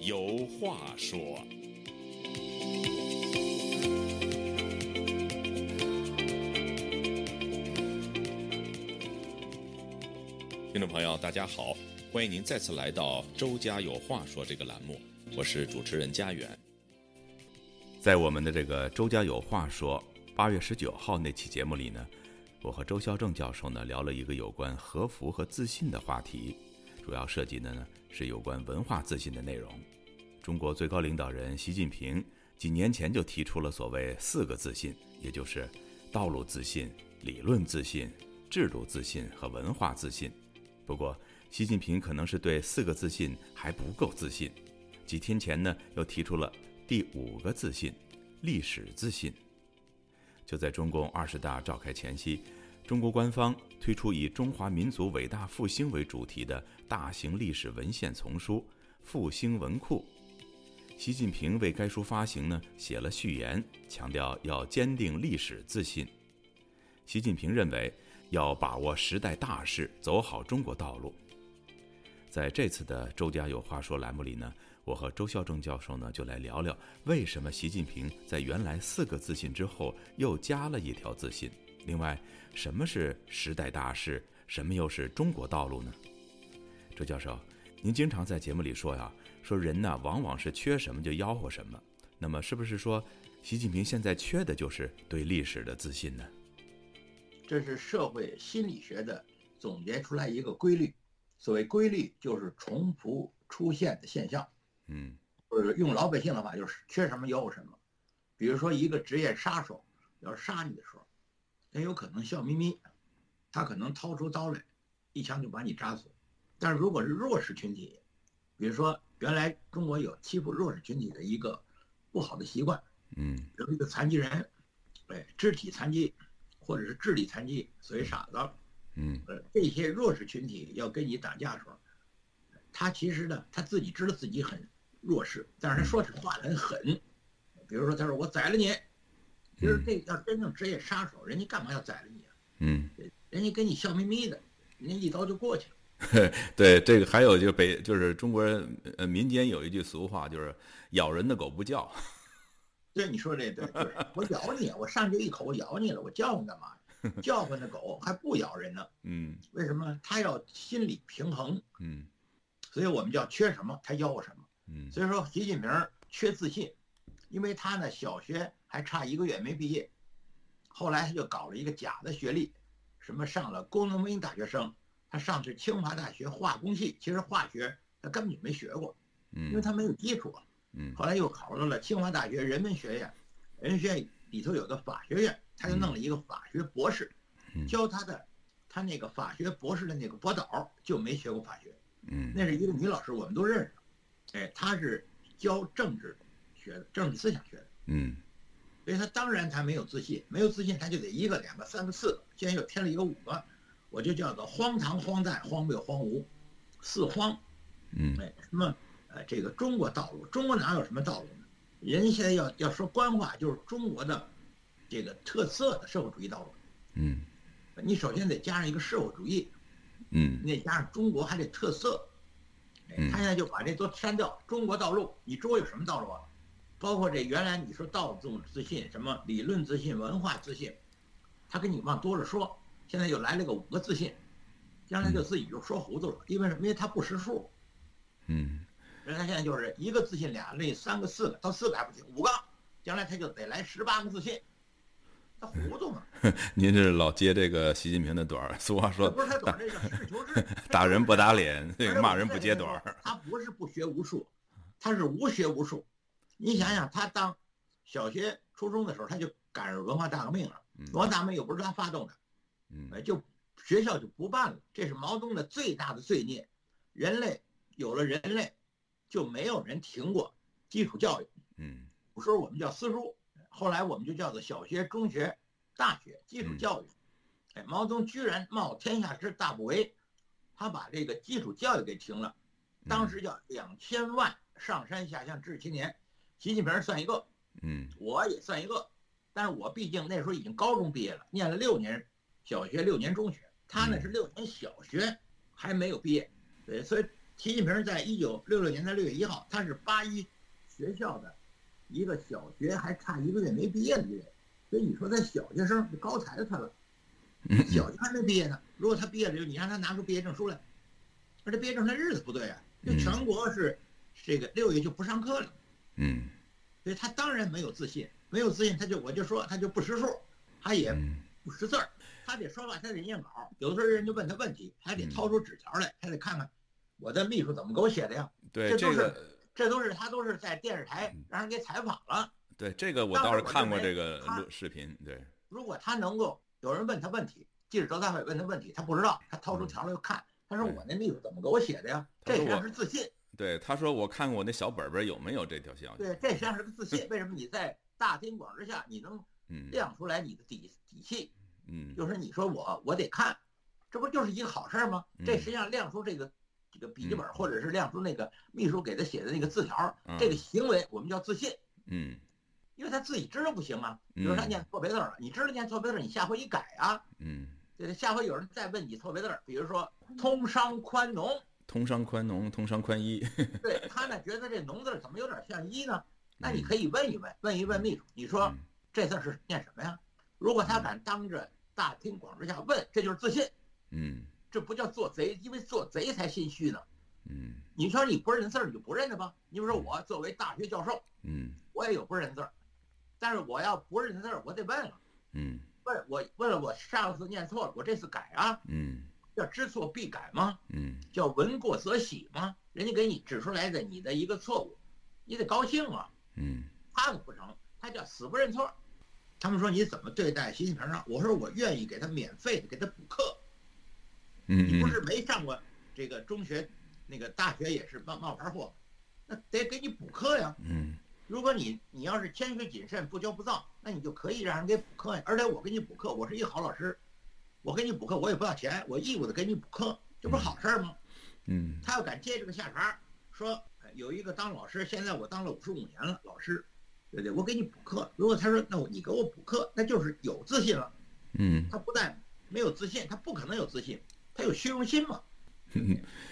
有话说。听众朋友，大家好，欢迎您再次来到《周家有话说》这个栏目，我是主持人家远。在我们的这个《周家有话说》八月十九号那期节目里呢，我和周孝正教授呢聊了一个有关和服和自信的话题，主要涉及的呢是有关文化自信的内容。中国最高领导人习近平几年前就提出了所谓“四个自信”，也就是道路自信、理论自信、制度自信和文化自信。不过，习近平可能是对四个自信还不够自信。几天前呢，又提出了第五个自信——历史自信。就在中共二十大召开前夕，中国官方推出以中华民族伟大复兴为主题的大型历史文献丛书《复兴文库》。习近平为该书发行呢写了序言，强调要坚定历史自信。习近平认为，要把握时代大势，走好中国道路。在这次的“周家有话说”栏目里呢，我和周孝正教授呢就来聊聊为什么习近平在原来四个自信之后又加了一条自信。另外，什么是时代大势，什么又是中国道路呢？周教授，您经常在节目里说呀，说人呐往往是缺什么就吆喝什么。那么，是不是说习近平现在缺的就是对历史的自信呢？这是社会心理学的总结出来一个规律。所谓规律，就是重复出现的现象，嗯或者用老百姓的话，就是缺什么有什么。比如说，一个职业杀手要杀你的时候，很有可能笑眯眯，他可能掏出刀来，一枪就把你扎死。但是如果是弱势群体，比如说原来中国有欺负弱势群体的一个不好的习惯，嗯比如一个残疾人，哎，肢体残疾或者是智力残疾，所谓傻子，嗯呃，这些弱势群体要跟你打架的时候，他其实呢，他自己知道自己很弱势，但是他说起话来很狠。比如说，他说我宰了你，其实这要真正职业杀手，人家干嘛要宰了你啊？嗯。人家跟你笑眯眯的，人家一刀就过去了。对，这个还有就是北，就是中国人呃民间有一句俗话，就是咬人的狗不叫。对，你说这对，就是我咬你，啊我上去一口，我咬你了，我叫唤干嘛？叫唤的狗还不咬人呢？嗯为什么？它要心理平衡，嗯所以我们叫缺什么，它吆喝什么。嗯所以说，习近平缺自信，因为他呢小学还差一个月没毕业，后来他就搞了一个假的学历，什么上了工农兵大学生，他上的是清华大学化工系，其实化学他根本就没学过，因为嗯他没有基础。啊嗯后来又考到了清华大学人文学院，人文学院里头有个法学院，他就弄了一个法学博士嗯，教他的他那个法学博士的那个博导就没学过法学。嗯那是一个女老师，我们都认识。哎，她是教政治学的，政治思想学的，嗯所以她当然她没有自信，没有自信她就得一个、两个、三个、四个，现在又添了一个五个，我就叫做荒唐、荒诞、荒谬、荒芜，四荒。嗯哎，什么？呃，这个中国道路，中国哪有什么道路呢？人家现在要要说官话，就是中国的这个特色的社会主义道路。嗯你首先得加上一个社会主义，嗯那加上中国还得特色，哎嗯他现在就把这都删掉。中国道路，你中国有什么道路啊？包括这原来你说道路自信、什么理论自信、文化自信，他跟你往多了说，现在又来了个五个自信，将来就自己就说糊涂了，因为什么？因为他不识数，嗯人家现在就是一个自信俩，那三个、四个，到四个还不行，五个，将来他就得来十八个自信，他糊涂嘛，您这老接这个习近平的短儿， 俗话这说不是他懂这个实事求是， 打人不打脸，这而个且骂我人再不跟接你短说儿。他不是不学无术，他是无学无术。你想想，他当小学、初中的时候，他就赶上文化大革命了。嗯文化大革命又不是他发动的，呃，嗯就学校就不办了。这是毛泽东的最大的罪孽。人类有了人类，就没有人停过基础教育。嗯古时候我们叫私塾，后来我们就叫做小学、中学、大学基嗯础教育。哎，毛泽东居然冒天下之大不韪，他把这个基础教育给停了。嗯当时叫两千万上山下乡知识青年，习近平算一个，嗯我也算一个，但是我毕竟那时候已经高中毕业了，念了六年小学，六年中学，他呢嗯是六年小学还没有毕业，对，所以习近平在一九六六年的六月一号，他是八一学校的一个小学还差一个月没毕业的人，所以你说他小学生就高抬他了，嗯小学还没毕业呢。如果他毕业了，你让他拿出毕业证书来，而这毕业证的日子不对啊，就嗯全国是这个六月就不上课了，嗯所以他当然没有自信，没有自信他就我就说他就不识数，他也嗯不识字儿，他得说话，他得念稿。有的时候人就问他问题，嗯还得掏出纸条来，还得看看我的秘书怎么给我写的呀。对这都这是个，这都是他都是在电视台嗯让人给采访了。对这个我当倒时是我就看过没这个他录视频，对，如果他能够有人问他问题，记者招待会问他问题，他不知道，他掏出条来看，他说嗯对我那秘书怎么给我写的呀？他说这实际上我是自信，对，他说我看过我那小本本有没有这条消息，对，这实际上是个自信。为什么你在大庭广众之下你能嗯亮出来你的底底气？嗯就是你说我我得看，这不就是一个好事儿吗？这嗯实际上亮出这个这个笔记嗯本，或者是亮出那个秘书给他写的那个字条儿，这嗯个行为我们叫自信，嗯因为他自己知道不行啊。比如他嗯念错别字儿了，你知道念错别字儿，你下回一改啊。嗯，对，下回有人再问你错别字儿，比如说“通商宽农通商宽农，通商宽衣，”，对他呢觉得这“农”字儿怎么有点像“一”呢？ 那你嗯可以问一问，问一问秘书，你说嗯这字儿是念什么呀？如果他敢当着大庭广众之下问，这就是自信，嗯这不叫做贼，因为做贼才心虚呢。嗯你说你不认字儿，你就不认了吧？你比如说我作为大学教授，嗯我也有不认字儿，但是我要不认字儿，我得问啊，嗯问我问了我上次念错了，我这次改啊，嗯叫知错必改吗？嗯叫闻过则喜吗？人家给你指出来的你的一个错误，你得高兴啊，嗯他可不成，他叫死不认错。他们说你怎么对待习近平啊？我说我愿意给他免费的给他补课，你嗯不嗯是没上过这个中学，那个大学也是冒冒牌货，那得给你补课呀。嗯如果你你要是谦虚谨慎、不骄不躁，那你就可以让人给补课呀。而且我给你补课，我是一个好老师，我给你补课，我也不要钱，我义务的给你补课，这不是好事儿吗？嗯他要敢接这个下茬儿，说呃有一个当老师，现在我当了五十五年了，老师，对不对？我给你补课。如果他说那我你给我补课，那就是有自信了。嗯，他不但没有自信，他不可能有自信，他有虚荣心嘛。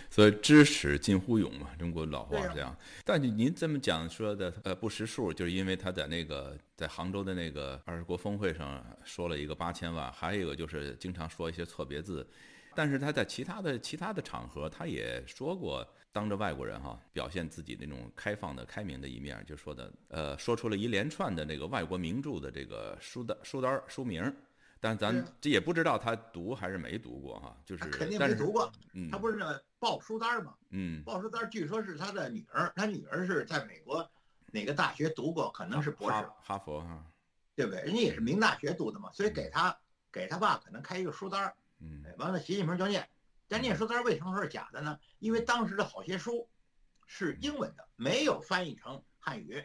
所以知耻近乎勇嘛，中国老话对是啊这样。但是您这么讲说的，呃，不识数，就是因为他在那个在杭州的那个二十国峰会上说了一个八千万，还有一个就是经常说一些错别字。但是他在其他的其他的场合，他也说过，当着外国人哈，表现自己那种开放的、开明的一面，就说的，呃，说出了一连串的那个外国名著的这个书单、书单儿、书名儿，但咱对啊这也不知道他读还是没读过哈，就是他肯定但没是读过，嗯，他不是那报书单儿嘛？嗯，鲍叔丹据说是他的女儿，他女儿是在美国哪个大学读过，可能是博士哈，哈佛哈，对不对？人家也是名大学读的嘛，所以给他给他爸可能开一个书单儿，嗯哎完了习近平就念。但念书单儿为什么说是假的呢？因为当时的好些书是英文的，没有翻译成汉语，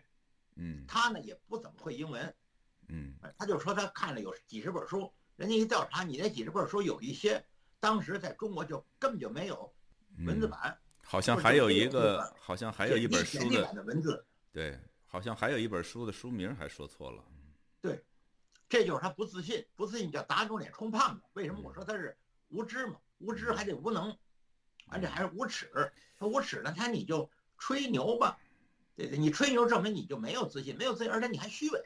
嗯他呢也不怎么会英文，嗯哎他就说他看了有几十本书，人家一调查，你那几十本书有一些当时在中国就根本就没有文字嗯版，好像或者还有是一有那个个，好像还有一本简书历版的，的文字，对，好像还有一本书的书名还说错了，这就是他不自信，不自信叫打肿脸充胖子。嗯为什么我说他是无知嘛？无知还得无能，而且还是无耻。他无耻呢，他你就吹牛吧，对对，你吹牛证明你就没有自信，没有自信，而且你还虚伪。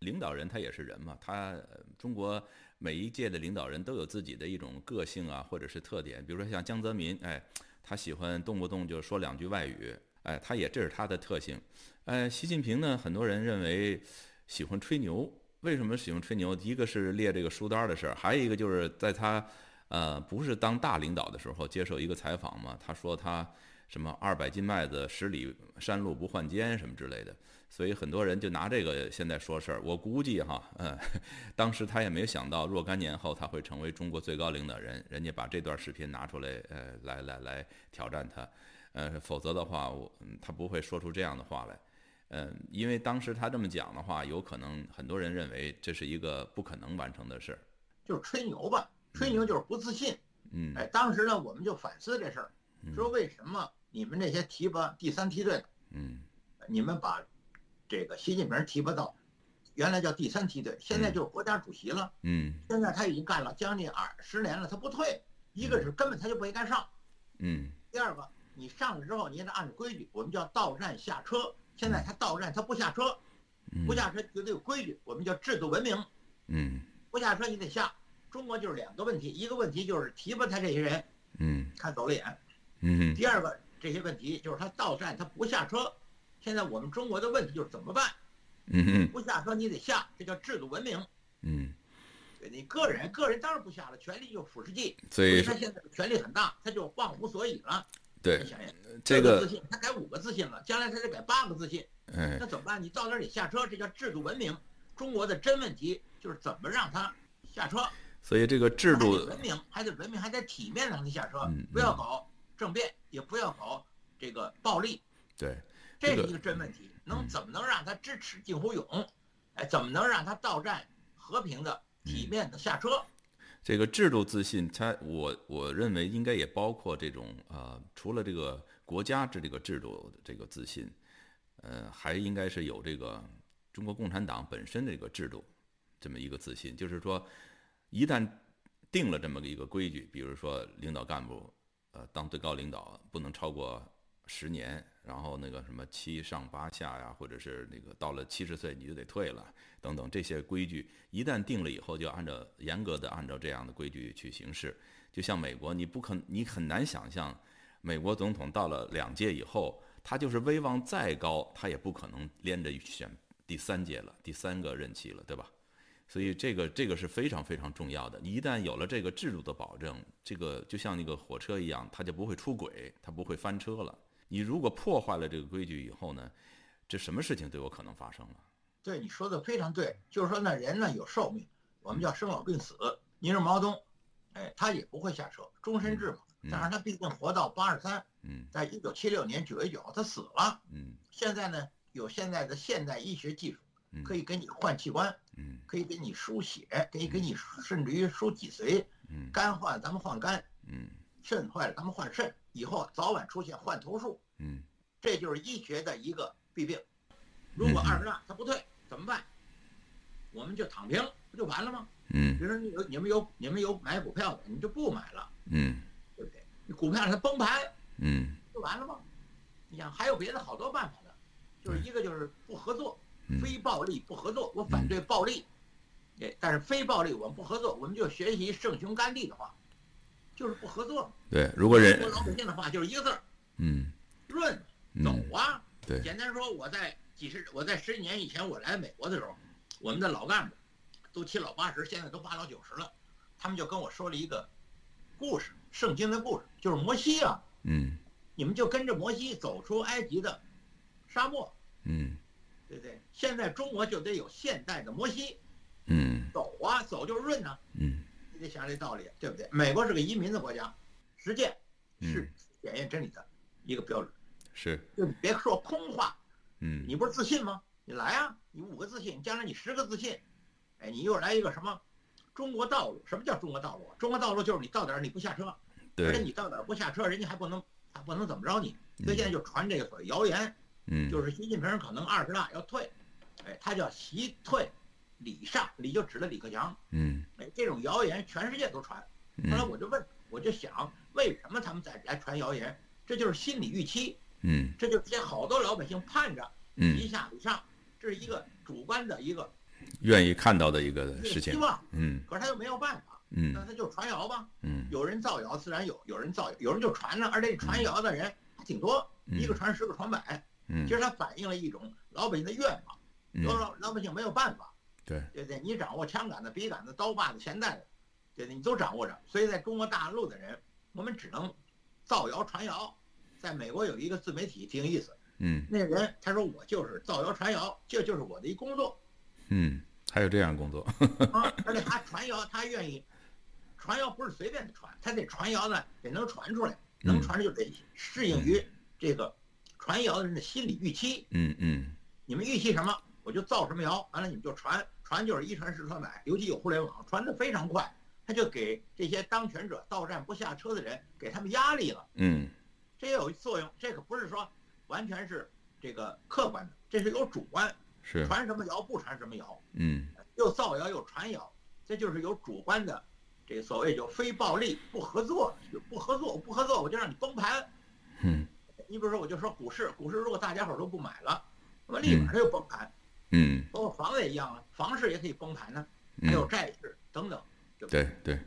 领导人他也是人嘛，他呃中国每一届的领导人都有自己的一种个性啊，或者是特点。比如说像江泽民，哎，他喜欢动不动就说两句外语，哎，他也这是他的特性。哎，习近平呢，很多人认为喜欢吹牛。为什么喜欢吹牛？一个是列这个书单的事儿，还有一个就是在他呃不是当大领导的时候接受一个采访嘛，他说他什么二百斤麦子十里山路不换肩什么之类的。所以很多人就拿这个现在说事儿。我估计哈，嗯，当时他也没有想到若干年后他会成为中国最高领导人，人家把这段视频拿出来，呃，来来来挑战他，呃，否则的话，我嗯他不会说出这样的话来。嗯，因为当时他这么讲的话，有可能很多人认为这是一个不可能完成的事儿。就是吹牛吧，吹牛就是不自信。嗯哎，当时呢，我们就反思这事儿，嗯说为什么你们这些提拔第三梯队，嗯你们把这个习近平提拔到原来叫第三梯队，现在就是国家主席了。嗯现在他已经干了将近二十年了，他不退，一个是根本他就不应该上，嗯第二个你上来之后，你也得按规矩，我们叫到站下车。现在他到站，他不下车，嗯不下车绝对有规矩，我们叫制度文明。嗯不下车你得下。中国就是两个问题，一个问题就是提拔他这些人嗯看走眼，嗯第二个这些问题就是他到站他不下车。现在我们中国的问题就是怎么办？嗯不下车你得下，这叫制度文明。嗯，你个人个人当然不下了，权力就腐蚀剂。所所以以说他现在权力很大，他就忘乎所以了。对你想想，这六个自，信，他改五个自信了，将来他得改八个自信，哎那怎么办？你到那里下车，这叫制度文明。中国的真问题就是怎么让他下车，所以这个制还得度文明，还得文明，还得体面地让他下车嗯，不要搞政变，也不要搞这个暴力，对，这这是个一个真问题。能嗯怎么能让他支持近乎勇？哎，怎么能让他到站和平嗯的、体面的下车？这个制度自信，它我我认为应该也包括这种啊、呃除了这个国家这这个制度的这个自信，呃，还应该是有这个中国共产党本身这个制度这么一个自信，就是说，一旦定了这么一个规矩，比如说领导干部，呃，当最高领导不能超过十年，然后那个什么七上八下呀，或者是那个到了七十岁你就得退了。等等这些规矩，一旦定了以后，就按照严格的按照这样的规矩去行事。就像美国，你不可你很难想象，美国总统到了两届以后，他就是威望再高，他也不可能连着选第三届了，第三个任期了，对吧？所以这个这个是非常非常重要的。你一旦有了这个制度的保证，这个就像那个火车一样，它就不会出轨，它不会翻车了。你如果破坏了这个规矩以后呢，这什么事情都有可能发生了。对，你说的非常对，就是说呢，人呢有寿命，我们叫生老病死。您是毛泽东，哎，他也不会下车，终身制嘛。嗯但是他毕竟活到八十三，嗯在一九七六年九月九号他死了。嗯现在呢，有现在的现代医学技术，嗯，可以给你换器官，嗯可以给你输血，可以给你甚至于输脊髓。嗯肝坏了咱们换肝，嗯肾坏了咱们换肾，以后早晚出现换头术，嗯这就是医学的一个弊病。如果二十大他不退怎么办？我们就躺平，不就完了吗？比嗯如说你有你们有你们有买股票的，你就不买了，嗯对不对？你股票它崩盘嗯不就完了吗？你想还有别的好多办法呢，就是一个就是不合作，嗯非暴力不合作，我反对暴力，哎，但是非暴力我们不合作，我们就学习圣雄甘地的话，就是不合作。对，如果人中国老百姓的话就是一个字儿嗯润，嗯走啊。对简单说，我在几十，我在十几年以前我来美国的时候，我们的老干部都七老八十，现在都八老九十了，他们就跟我说了一个故事，圣经的故事，就是摩西啊，嗯你们就跟着摩西走出埃及的沙漠，嗯对不对？现在中国就得有现代的摩西，嗯走啊，走就是润呐、嗯你得想这道理，对不对？美国是个移民的国家，实践是嗯检验真理的一个标准，是就你别说空话，嗯你不是自信吗？你来啊，你五个自信，将来你十个自信，哎，你又来一个什么中国道路？什么叫中国道路啊？中国道路就是你到点儿你不下车，而且对你到点儿不下车，人家还不能还不能怎么着你。所以现在就传这个所谓谣言，嗯就是习近平可能二十大要退，哎，他叫习退李上，李就指的李克强，嗯哎，这种谣言全世界都传。后来嗯我就问，我就想，为什么他们在来传谣言？这就是心理预期，嗯这就是好多老百姓盼着。一嗯，下以上，这是一个主观的一个愿意看到的一个一个事情希，望，嗯可是他又没有办法，那嗯他就传谣吧。嗯有人造谣自然有，有人造谣，有人就传了，而且传谣的人还挺多，嗯一个传十个传百。嗯其实它反映了一种老百姓的愿望，有嗯老老百姓没有办法，对对不对？你掌握枪杆子、笔杆子、刀把子、钱袋子，对不对？你都掌握着。所以在中国大陆的人，我们只能造谣传谣。在美国有一个自媒体挺有意思，嗯那人他说我就是造谣传谣，这就是我的一工作。嗯，还有这样工作，啊，而且他传谣，他愿意传谣不是随便的传，他得传谣呢得能传出来，嗯能传出来就得适应于这个传谣的人的心理预期。嗯嗯你们预期什么，我就造什么谣，完了你们就传，传就是一传十传百，尤其有互联网，传的非常快，他就给这些当权者到站不下车的人给他们压力了，嗯这也有作用。这可不是说完全是这个客观的，这是有主观，是传什么谣不传什么谣。嗯又造谣又传谣，这就是有主观的，这所谓就非暴力不合作，就不合作不合作，我就让你崩盘。嗯你比如说，我就说股市，股市如果大家伙儿都不买了，那么立马它就崩盘，嗯包括房也一样啊，房市也可以崩盘呢、还有嗯，债市等等。对吧对对。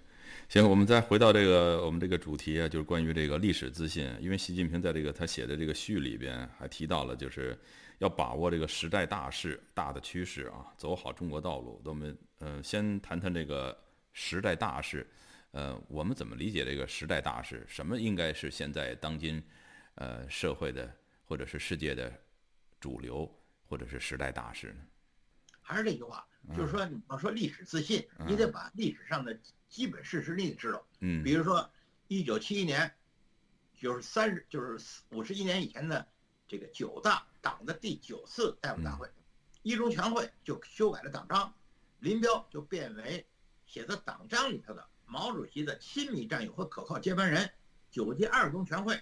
行，我们再回到这个我们这个主题啊，就是关于这个历史自信，因为习近平在这个他写的这个序里边还提到了，就是要把握这个时代大势、大的趋势啊，走好中国道路。那我们呃，先谈谈这个时代大势，呃，我们怎么理解这个时代大势？什么应该是现在当今呃社会的或者是世界的主流或者是时代大势呢？还是这句话，就是说，你要说历史自信，嗯你得把历史上的基本事实你得知道。嗯，比如说，一九七一年，就是三十，就是五十一年以前的这个九大党的第九次代表大嗯会，一中全会就修改了党章，林彪就变为写在党章里头的毛主席的亲密战友和可靠接班人。九届二中全会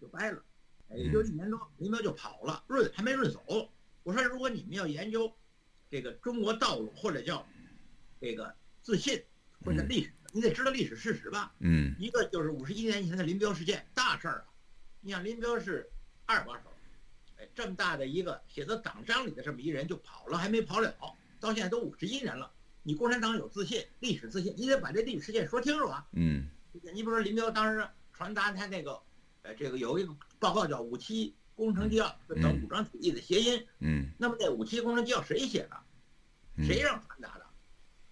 就掰了，哎也就一年多，林彪就跑了，润还没润走。我说，如果你们要研究这个中国道路，或者叫这个自信，或者嗯历史，你得知道历史事实吧。嗯一个就是五十一年前的林彪事件，大事儿啊！你想林彪是二把手，哎，这么大的一个写在党章里的这么一人就跑了，还没跑了，到现在都五十一年了。你共产党有自信，历史自信，你得把这历史事件说清楚啊！嗯你比如说林彪当时传达他那个，呃，这个有一个报告叫《五七工程纪要》，就等武装起义的谐音。嗯那么这《五七工程纪要》谁写的？嗯谁让传达的？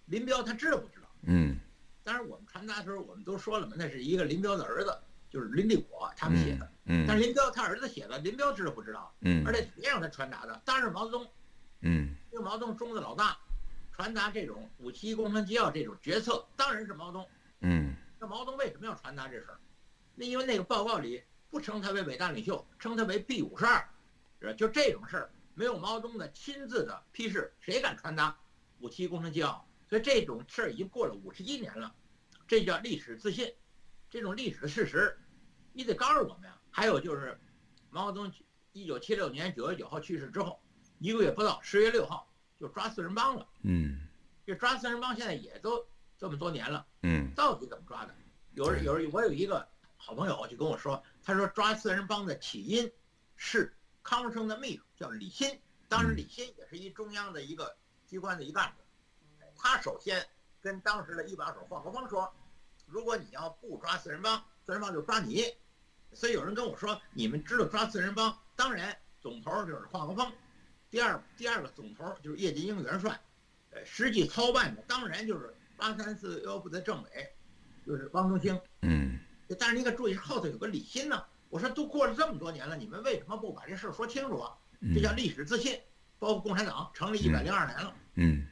林彪他知道不知道？嗯当然，我们传达的时候，我们都说了嘛，那是一个林彪的儿子，就是林立果他们写的。嗯但是林彪他儿子写的，林彪知道不知道？嗯而且谁让他传达的？当然是毛泽东，嗯因为毛泽东中的老大，传达这种五七工程纪要这种决策，当然是毛泽东。嗯那毛泽东为什么要传达这事儿？那因为那个报告里不称他为伟大领袖，称他为 B 五十二，是吧就这种事儿，没有毛泽东的亲自的批示，谁敢传达五七工程纪要？所以这种事儿已经过了五十一年了，这叫历史自信，这种历史的事实，你得告诉我们呀。还有就是，毛泽东一九七六年九月九号去世之后，一个月不到，十月六号就抓四人帮了。嗯这抓四人帮现在也都这么多年了。嗯到底怎么抓的？有人对有人我有一个好朋友就跟我说，他说抓四人帮的起因是康生的秘书叫李鑫，当时嗯李鑫也是一中央的一个机关的一干部，哎他首先跟当时的一把手华国锋说，如果你要不抓四人帮，四人帮就抓你。所以有人跟我说，你们知道抓四人帮，当然总头就是华国锋，第二第二个总头就是叶剑英元帅，呃，实际操办的当然就是八三四幺部的政委，就是汪中兴。嗯但是你可注意后头有个李鑫呢，我说都过了这么多年了，你们为什么不把这事儿说清楚啊？这叫历史自信，包括共产党成立一百零二年了。嗯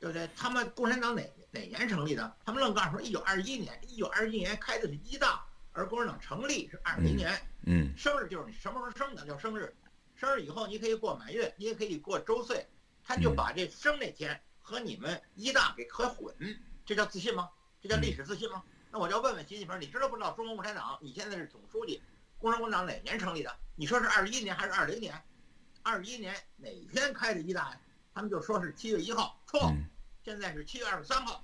对不对？他们共产党哪哪年成立的？他们愣告诉说一九二一年，一九二一年开的是一大，而共产党成立是二零年，嗯生日就是你什么时候生的叫生日，生日以后你可以过满月，你也可以过周岁，他就嗯把这生那天和你们一大给合混，这叫自信吗？这叫嗯历史自信吗？那我就要问问习近平，你知道不知道中国共产党？你现在是总书记，共产党哪年成立的？你说是二一年还是二零年？二一年哪天开的一大？他们就说是七月一号，错。嗯现在是七月二十三号，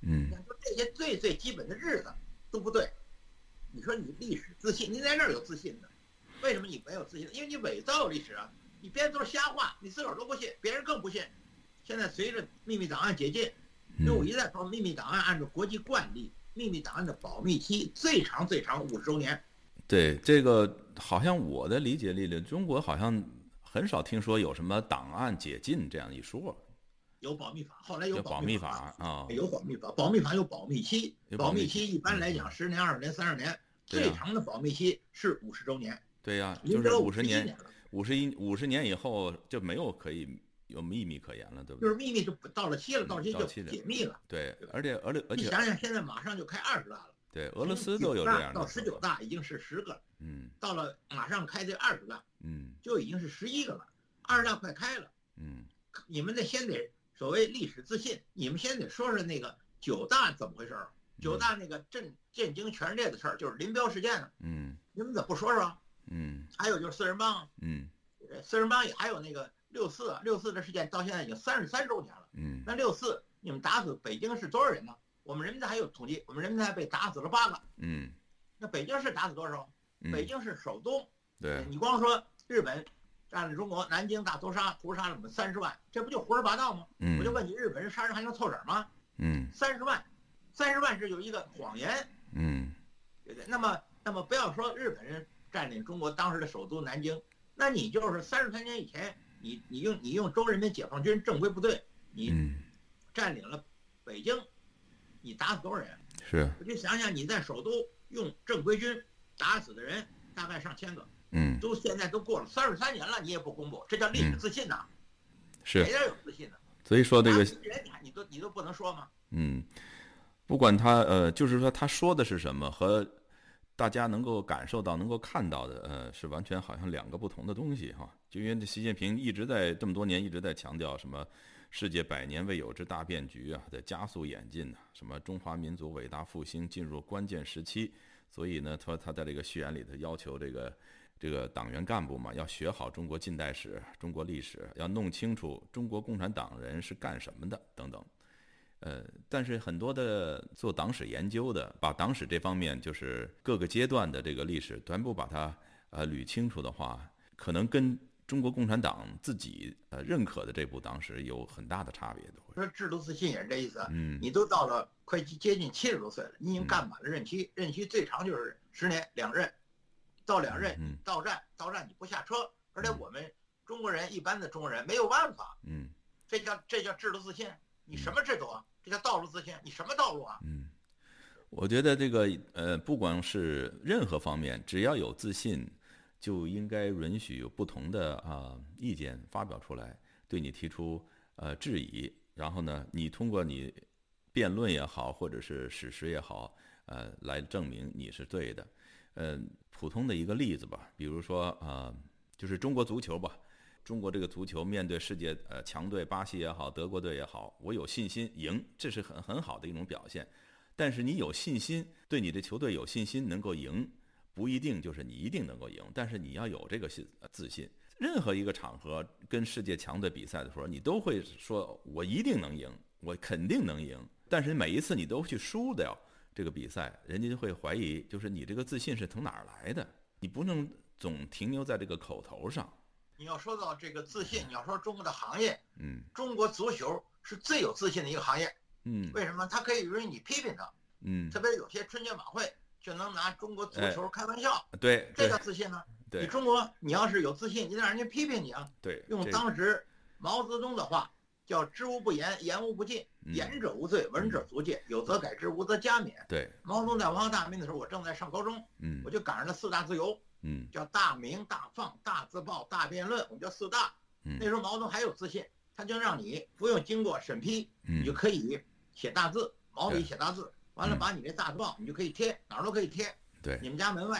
你嗯看说这些最最基本的日子都不对，你说你历史自信，你在那儿有自信的，为什么你没有自信？因为你伪造历史啊，你编的都是瞎话，你自个儿都不信，别人更不信。现在随着秘密档案解禁，嗯因为我一再说，秘密档案按照国际惯例，秘密档案的保密期最长最长五十周年，对这个，好像我的理解里里，中国好像很少听说有什么档案解禁这样一说，有保密法，后来有叫保密法啊。有保密法，保密法有保密期，有保保密密期嗯期一般来讲十年、二十年、三十年，对啊最长的保密期是五十周年。对呀、就民是国五十51年年，了，五十一五十年以后就没有可以有秘密可言了，对不就是对？秘密就不到了期了，嗯到期到就期了解密了。对，而且而且而你且想想，现在马上就开二十大了，对俄俄罗斯都有这样的到十九大已经是十个了，嗯到了马上开这二十大嗯就已经是十一个了，二十大快开了，嗯你们得先得所谓历史自信，你们先得说说那个九大怎么回事儿，嗯九大那个震震惊全世界的事儿，就是林彪事件呢，嗯你们怎么不说说啊？嗯还有就是四人帮啊，嗯呃四人帮也还有那个六四啊，六四的事件到现在已经三十三周年了。嗯那六四你们打死北京市多少人呢？我们人民大还有统计，我们人民大被打死了八个。嗯那北京市打死多少？北嗯京市首都对，你光说日本占了中国南京大屠杀，屠杀了我们三十万，这不就胡说八道吗？嗯我就问你，日本人杀人还能凑整吗？嗯三十万，三十万是有一个谎言。嗯那么，那么不要说日本人占领中国当时的首都南京，那你就是三十三年以前，你你用你用中人民解放军正规部队，你嗯，占领了北京，你打死多少人？是，我就想想你在首都用正规军打死的人大概上千个，嗯都现在都过了三十三年了，你也不公布，这叫历史自信呐、谁是，要有自信呢？所以说这打个死人你还你都你都不能说吗？嗯，不管他呃，就是说他说的是什么和大家能够感受到、能够看到的，呃，是完全好像两个不同的东西哈。就因为这习近平一直在这么多年一直在强调什么世界百年未有之大变局啊，在加速演进呐、什么中华民族伟大复兴进入关键时期，所以呢，他他在这个序言里头要求这个。这个党员干部嘛，要学好中国近代史、中国历史，要弄清楚中国共产党人是干什么的，等等。呃，但是很多的做党史研究的，把党史这方面就是各个阶段的这个历史全部把它呃捋清楚的话，可能跟中国共产党自己呃认可的这部党史有很大的差别都会。说制度自信也是这意思啊。嗯你都到了快接近七十多岁了，你嗯已经干满了任期，任期最长就是十年，两任，到两任嗯到站到站你不下车，而且嗯我们中国人一般的中国人没有办法，嗯这叫这叫制度自信，你什么制度啊？这叫道路自信，你什么道路啊？嗯，我觉得这个呃，不管是任何方面，只要有自信，就应该允许有不同的啊、意见发表出来，对你提出呃质疑，然后呢，你通过你辩论也好，或者是史实也好，呃，来证明你是对的。呃，普通的一个例子吧，比如说啊、呃就是中国足球吧。中国这个足球面对世界呃强队，巴西也好，德国队也好，我有信心赢，这是很很好的一种表现。但是你有信心，对你的球队有信心能够赢，不一定就是你一定能够赢，但是你要有这个信呃自信。任何一个场合跟世界强队比赛的时候，你都会说我一定能赢，我肯定能赢。但是每一次你都去输掉这个比赛，人家就会怀疑，就是你这个自信是从哪儿来的？你不能总停留在这个口头上。你要说到这个自信，你要说中国的行业，嗯中国足球是最有自信的一个行业，嗯为什么？它可以允许你批评它，嗯特，别有些春节晚会就能拿中国足哎球开玩笑，对这对叫自信呢？你对中国，你要是有自信，你得让人家批评你啊。对，用这当时毛泽东的话叫“知无不言，言无不尽，嗯言者无罪，闻者足戒，有则改之，无则加勉对”。毛泽东在文化大革命的时候，我正在上高中，嗯我就赶上了四大自由，嗯叫大鸣、大放、大自爆、大辩论，我们叫四大。嗯那时候毛泽东还有自信，他就让你不用经过审批，你就嗯可以写大字，毛笔对写大字，完了嗯把你这大字报你就可以贴，哪儿都可以贴，对你们家门外、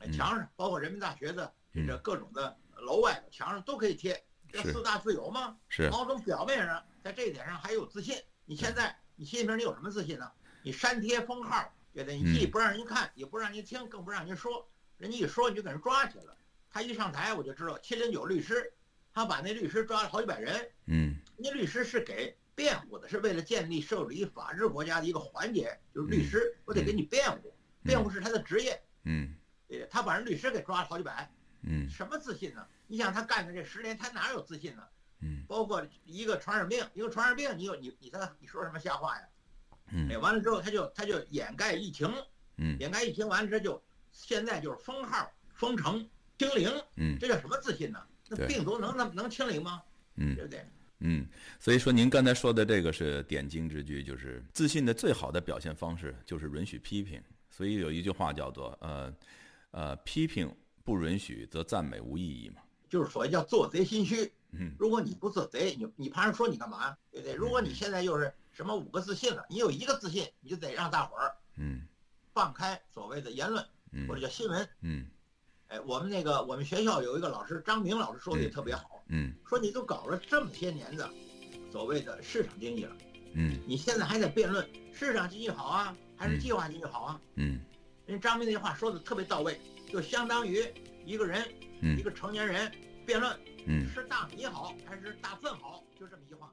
呃嗯墙上，包括人民大学的嗯这各种的楼外的墙上都可以贴，这是四大自由吗？是毛泽东表面上在这一点上还有自信，你现在你习近平你有什么自信呢？你删贴封号，对不对？你既嗯不让人看，也不让人听，更不让人说，人家一说你就给人抓起来了。他一上台我就知道，七零九律师，他把那律师抓了好几百人，嗯那律师是给辩护的，是为了建立社会主义法治国家的一个环节，就是律师，我得给你辩护，辩护是他的职业。嗯对，他把人律师给抓了好几百，嗯什么自信呢？你想他干的这十年，他哪有自信呢？嗯包括一个传染病，一个传染病，你有你你他你说什么瞎话呀？哎，嗯完了之后他就他就掩盖疫情，嗯掩盖疫情完了之后就现在就是封号、封城、清零，嗯这叫什么自信呢？对那病毒能能能清零吗？嗯对。不对？嗯，所以说您刚才说的这个是点睛之句，就是自信的最好的表现方式就是允许批评。所以有一句话叫做呃呃，批评不允许，则赞美无意义嘛。就是所谓叫做贼心虚。嗯如果你不做贼，你你怕人说你干嘛呀？对不对？如果你现在又是什么五个自信了，你有一个自信，你就得让大伙儿嗯放开所谓的言论嗯或者叫新闻。嗯哎，我们那个我们学校有一个老师张明老师说的也特别好，嗯说你都搞了这么些年的所谓的市场经济了，嗯你现在还在辩论市场经济好啊，还是计划经济好啊？嗯人张明那话说的特别到位，就相当于一个人一嗯个成年人辩论嗯。是大米好还是大粪好，就这么一句话。